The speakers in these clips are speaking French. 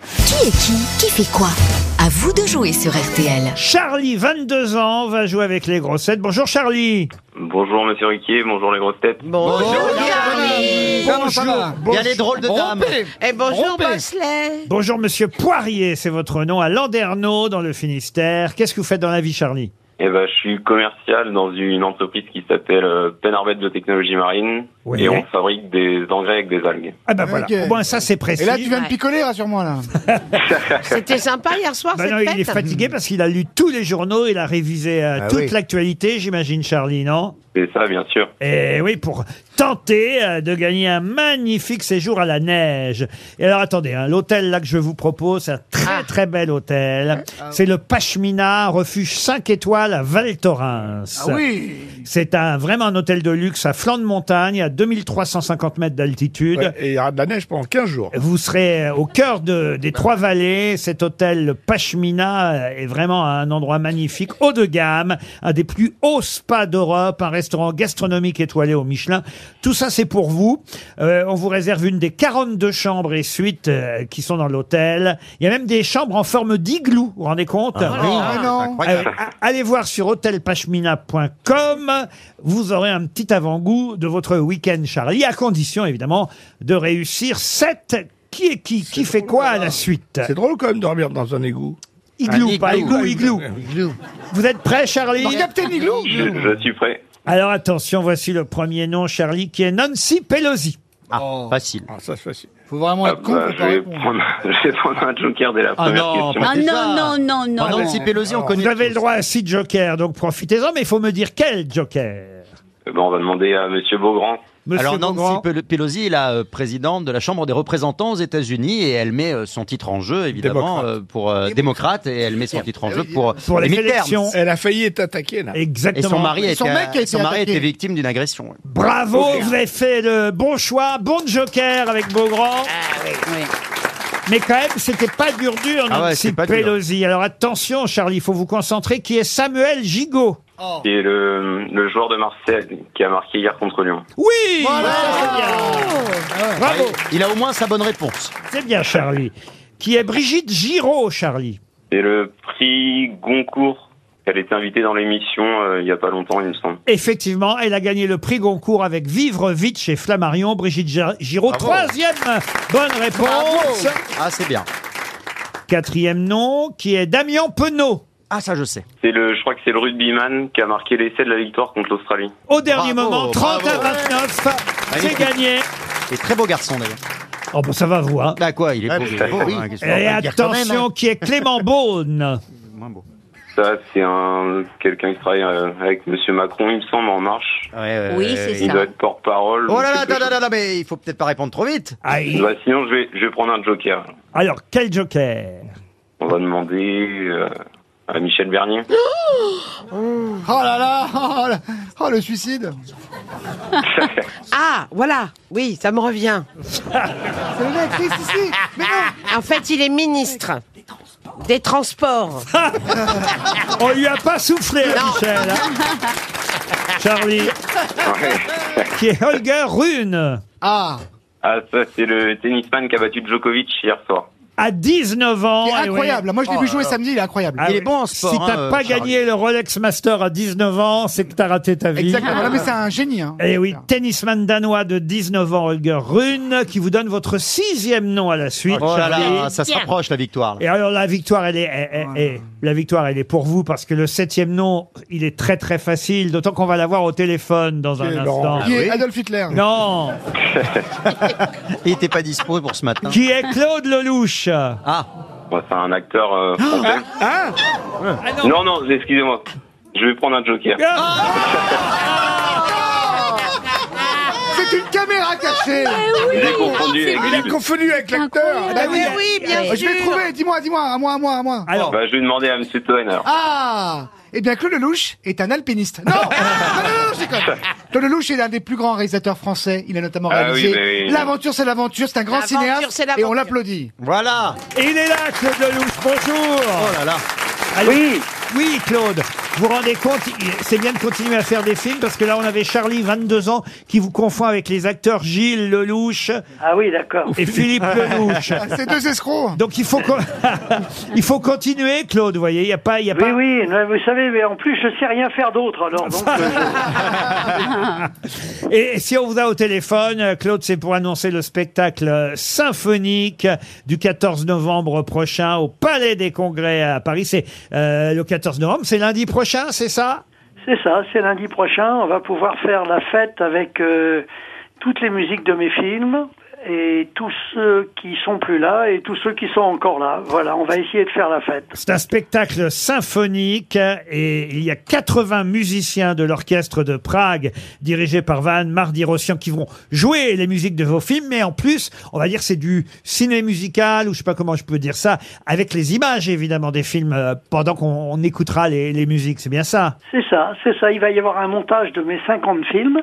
Qui est qui Qui fait quoi À vous de jouer sur RTL. Charlie, 22 ans, va jouer avec les grossettes. Bonjour Charlie. Bonjour Monsieur Riquier, bonjour les grosses têtes. Bonjour, Yannick. Bonjour. Il y a bonjour- les drôles de dames. Et Eh, bonjour Rompez. Bosley Bonjour Monsieur Poirier, c'est votre nom à Landerneau dans le Finistère. Qu'est-ce que vous faites dans la vie, Charlie Eh ben, je suis commercial dans une entreprise qui s'appelle euh, Penarbet Biotechnologie Marine Oui. et on fabrique des engrais avec des algues. Ah bah voilà. Ok. Au moins ça c'est précis. Et là, tu viens de Ouais. picoler, rassure-moi, là. C'était sympa hier soir Bah cette non, fête il est fatigué parce qu'il a lu tous les journaux, il a révisé euh, Ah toute oui. l'actualité, j'imagine, Charlie, non C'est ça, bien sûr. Et oui, pour tenter euh, de gagner un magnifique séjour à la neige. Et alors attendez, hein, l'hôtel là que je vous propose, c'est un très très bel hôtel. Ah. C'est le Pachmina, refuge 5 étoiles à Val Thorens. Ah oui C'est un, vraiment un hôtel de luxe à flanc de montagne, à 2350 mètres d'altitude. Ouais, et il y aura de la neige pendant 15 jours. Vous serez euh, au cœur de, des Trois Vallées. Cet hôtel le Pachmina est vraiment un endroit magnifique, haut de gamme, un des plus hauts spas d'Europe, un restaurant gastronomique étoilé au Michelin. Tout ça, c'est pour vous. Euh, on vous réserve une des 42 chambres et suites euh, qui sont dans l'hôtel. Il y a même des chambres en forme d'igloo, vous vous rendez compte Oh Ah non euh, a- allez voir sur hôtelpachmina.com. Vous aurez un petit avant-goût de votre week-end, Charlie, à condition évidemment de réussir 7 qui est qui Qui fait quoi à la suite C'est drôle quand même de dormir dans un égout. Igloo, Un pas igloo. igloo, igloo. Ah. Vous êtes prêts, Charlie Par Captain Igloo Je, je suis prêt. Alors attention, voici le premier nom, Charlie, qui est Nancy Pelosi. Ah, facile. Ah, ça c'est facile. Faut vraiment Ah être con bah, pour je, pas vais répondre. prendre, je vais prendre un joker dès la Ah première non, question. pas- Ah C'est non, ça. non, non, non, Pendant non. le Pelosi, on connaît Vous avez tous. le droit à 6 jokers, donc profitez-en, mais il faut me dire quel joker. Eh ben, on va demander à Monsieur Beaugrand. Monsieur Alors Nancy Beaugrand. Pel- Pelosi est la euh, présidente de la Chambre des représentants aux États-Unis et elle met euh, son titre en jeu évidemment Démocrate. euh, pour euh, démocrate et elle met son titre en jeu pour, Pour les midterms. élections. Elle a failli être attaquée là. Et Exactement. son mari a Son été, mec a été son mari a été attaqué. victime d'une agression. ouais. Bravo, vous avez fait le bon choix, bon joker avec Beaugrand. Ah Mais quand même, c'était pas dur dur, Ah ouais, Nancy c'est pas dur. Pelosi. Alors attention, Charlie, il faut vous concentrer. Qui est Samuel Gigot Oh. qui est le, le joueur de Marseille qui a marqué hier contre Lyon. Oui Ah ouais. Bravo Il a au moins sa bonne réponse. C'est bien, Charlie. Qui est Brigitte Giraud, Charlie C'est le prix Goncourt. Elle était invitée dans l'émission euh, il y a pas longtemps, il me semble. Effectivement, elle a gagné le prix Goncourt avec Vivre vite chez Flammarion. Brigitte Gi- Giraud, Bravo. troisième bonne réponse. Ah c'est bien. Quatrième nom, qui est Damien Penaud. Ah ça je sais. C'est le, je crois que c'est le rugbyman qui a marqué l'essai de la victoire contre l'Australie. Au dernier Bravo, moment, 30 à bravo. 29, c'est Magnifique. gagné. Et très beau garçon d'ailleurs. Oh, ben ça va vous, hein. Là quoi, il est beau. il est beau, oui. hein, qu'est-ce qu'on Et peut dire quand même, attention, qui est Clément Beaune. hein. Moins beau. Ça, c'est un quelqu'un qui travaille euh, avec Monsieur Macron, il me semble, en marche. Ouais, ouais, Oui, ouais, c'est ouais. Il Ça. doit être porte-parole. Oh ou là là, quelque attends, chose. attends, attends, mais il faut peut-être pas répondre trop vite. Ah, il- Bah, sinon, je vais, je vais prendre un joker. Alors, quel joker On va demander euh, à Michel Bernier. Oh là là Oh, là- oh, le suicide Ah, voilà, oui, ça me revient. C'est le mec, triste ici Mais non En fait, il est ministre des Transports. Ah On lui a pas soufflé, hein, Michel. hein. Charlie, Ouais. qui est Holger Rune. Ah ah, ça, c'est le tennisman qui a battu Djokovic hier soir. À 19 ans. Il est eh oui. incroyable Moi, je l'ai Oh vu là jouer là. samedi, il est incroyable Ah Il est oui. bon en sport, Si hein, t'as euh, pas Charlie. gagné le Rolex Master à 19 ans, c'est que t'as raté ta vie. Exactement, non, mais c'est un génie hein. Et Eh oui, tennisman danois de 19 ans, Holger Rune, qui vous donne votre sixième nom à la suite. Oh là Charlie. là, ça se rapproche la victoire. là. Et alors la victoire, elle est, eh, eh, eh, la victoire, elle est pour vous parce que le septième nom, il est très très facile, d'autant qu'on va l'avoir au téléphone dans un Et Laurent. instant. Ah Qui est Adolf Hitler Ah Non, Il était pas dispo pour ce matin. qui est Claude Lelouch. Ah, Bah, c'est un acteur euh, français. non, non, excusez-moi. Je vais prendre un joker. Ah, C'est une caméra cachée J'ai Ah, confondu avec Il a Gilles. confondu avec l'acteur. Bah oui, Mais Eh oui, bien Ah, Je vais sûr. Oh, le trouver, dis-moi, dis-moi, à moi, à moi, à moi alors, Bah, je vais demander à Monsieur Toen alors. Ah Eh bien, Claude Lelouch est un alpiniste. Non Non, non, non, non, je déconne. Claude Lelouch est l'un des plus grands réalisateurs français. Il a notamment Ah réalisé oui, mais oui. L'aventure, c'est l'aventure. C'est un grand L'aventure, cinéaste. c'est l'aventure. Et on l'applaudit. voilà. il est là, Claude Lelouch. Bonjour. Oh là là. oui. Oui, Claude. Vous vous rendez compte, il- c'est bien de continuer à faire des films parce que là on avait Charlie, 22 ans, qui vous confond avec les acteurs Gilles Lelouch Ah oui, d'accord. et Philippe Lelouch. C'est deux escrocs. Donc il faut co- il faut continuer, Claude. Vous voyez, il y a pas, il y a Oui, pas. oui, non, vous savez, mais en plus, je sais rien faire d'autre, alors. Donc, euh, Et si on vous a au téléphone, euh, Claude, c'est pour annoncer le spectacle euh, symphonique du 14 novembre prochain au Palais des Congrès à Paris. C'est euh, le 14 novembre, c'est lundi prochain, c'est ça c'est ça, c'est lundi prochain. On va pouvoir faire la fête avec euh, toutes les musiques de mes films et tous ceux qui sont plus là et tous ceux qui sont encore là. Voilà, on va essayer de faire la fête. C'est un spectacle symphonique euh, et il y a 80 musiciens de l'orchestre de Prague dirigé par Van Mardi-Rossian qui vont jouer les musiques de vos films mais en plus, on va dire c'est du ciné musical ou je sais pas comment je peux dire ça avec les images évidemment des films euh, pendant qu'on on écoutera les, les musiques, c'est bien ça C'est ça, c'est ça. Il va y avoir un montage de mes 50 films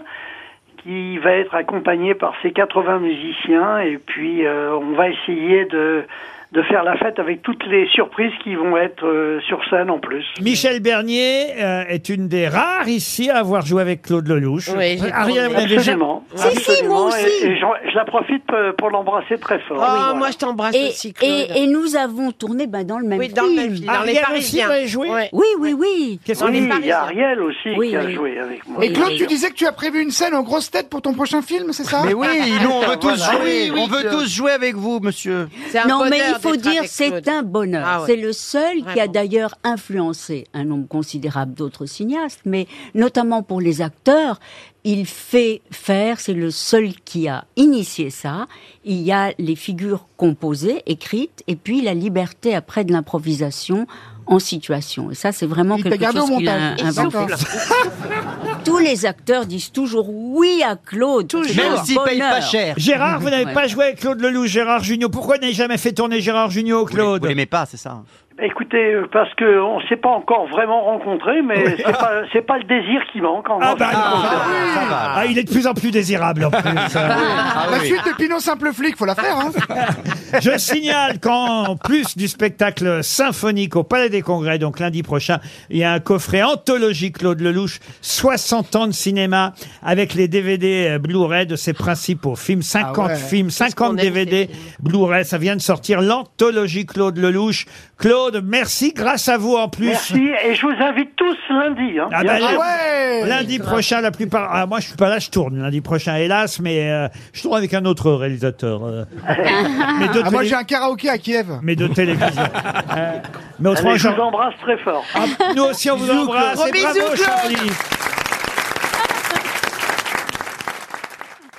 qui va être accompagné par ces 80 musiciens et puis euh, on va essayer de de faire la fête avec toutes les surprises qui vont être euh, sur scène en plus. Michel Bernier euh, est une des rares ici à avoir joué avec Claude Lelouch. Oui, j'ai Ariel, tourné. vous n'avez jamais- Absolument. Absolument. Et, et j'en- je la profite euh, pour l'embrasser très fort. Oh, Voilà. moi je t'embrasse Et, aussi, Claude. et, et nous avons tourné ben, dans le même oui, film. dans le même film, dans Ariel les aussi Parisiens. va y jouer Ouais. Oui, oui, oui. Qu'est-ce Oui, qu'on est- il y a Ariel aussi Oui, qui a oui. joué avec moi. Et Claude, tu disais que tu as prévu une scène en grosse tête pour ton prochain film, c'est ça Mais oui, nous on veut tous Voilà. jouer, Oui, oui, on veut Claude. tous jouer avec vous, monsieur. C'est un Non, mais bonheur il faut d'être dire, avec Claude. c'est un bonheur. Ah ouais. C'est le seul qui a Vraiment. d'ailleurs influencé un nombre considérable d'autres cinéastes, mais notamment pour les acteurs, il fait faire, c'est le seul qui a initié ça. Il y a les figures composées, écrites, et puis la liberté après de l'improvisation en situation. Et ça, c'est vraiment Il t'a quelque gardé au chose qu'il a montage. inventé. D'accord. Tous les acteurs disent toujours oui à Claude. C'est Même un s'il paye pas bonheur. cher. Gérard, vous n'avez Ouais. pas joué avec Claude Lelouch, Gérard Junior. Pourquoi n'avez jamais fait tourner Gérard Junior, Vous les- Claude Vous l'aimez pas, c'est ça Écoutez, euh, parce que on s'est pas encore vraiment rencontrés, mais c'est pas c'est pas le désir qui manque. en Ah revanche. bah non. Ça va. Ah Ah, il est de plus en plus désirable en plus. La suite de Pinot Simple Flic, faut la faire, hein. Je signale qu'en plus du spectacle symphonique au Palais des Congrès, donc lundi prochain, il y a un coffret anthologie Claude Lelouch, 60 ans de cinéma, avec les DVD euh, Blu-ray de ses principaux films, 50 ouais. films, 50 qu'on aime DVD ces films. Blu-ray, ça vient de sortir, l'anthologie Claude Lelouch. Claude, merci, grâce à vous en plus. Merci et je vous invite tous lundi. hein. Ah bah, Bien sûr. Ah ouais Lundi prochain, la plupart. Ah, moi, je suis pas là, je tourne lundi prochain, hélas, mais euh, je tourne avec un autre réalisateur. euh. mais de Ah, moi télé- j'ai un karaoké à Kiev. mais de télévision. Euh, mais autrement, Allez, je genre- vous embrasse très fort. Ah, nous aussi, on vous embrasse. Et Bisous, bravo, Claude. Charlie.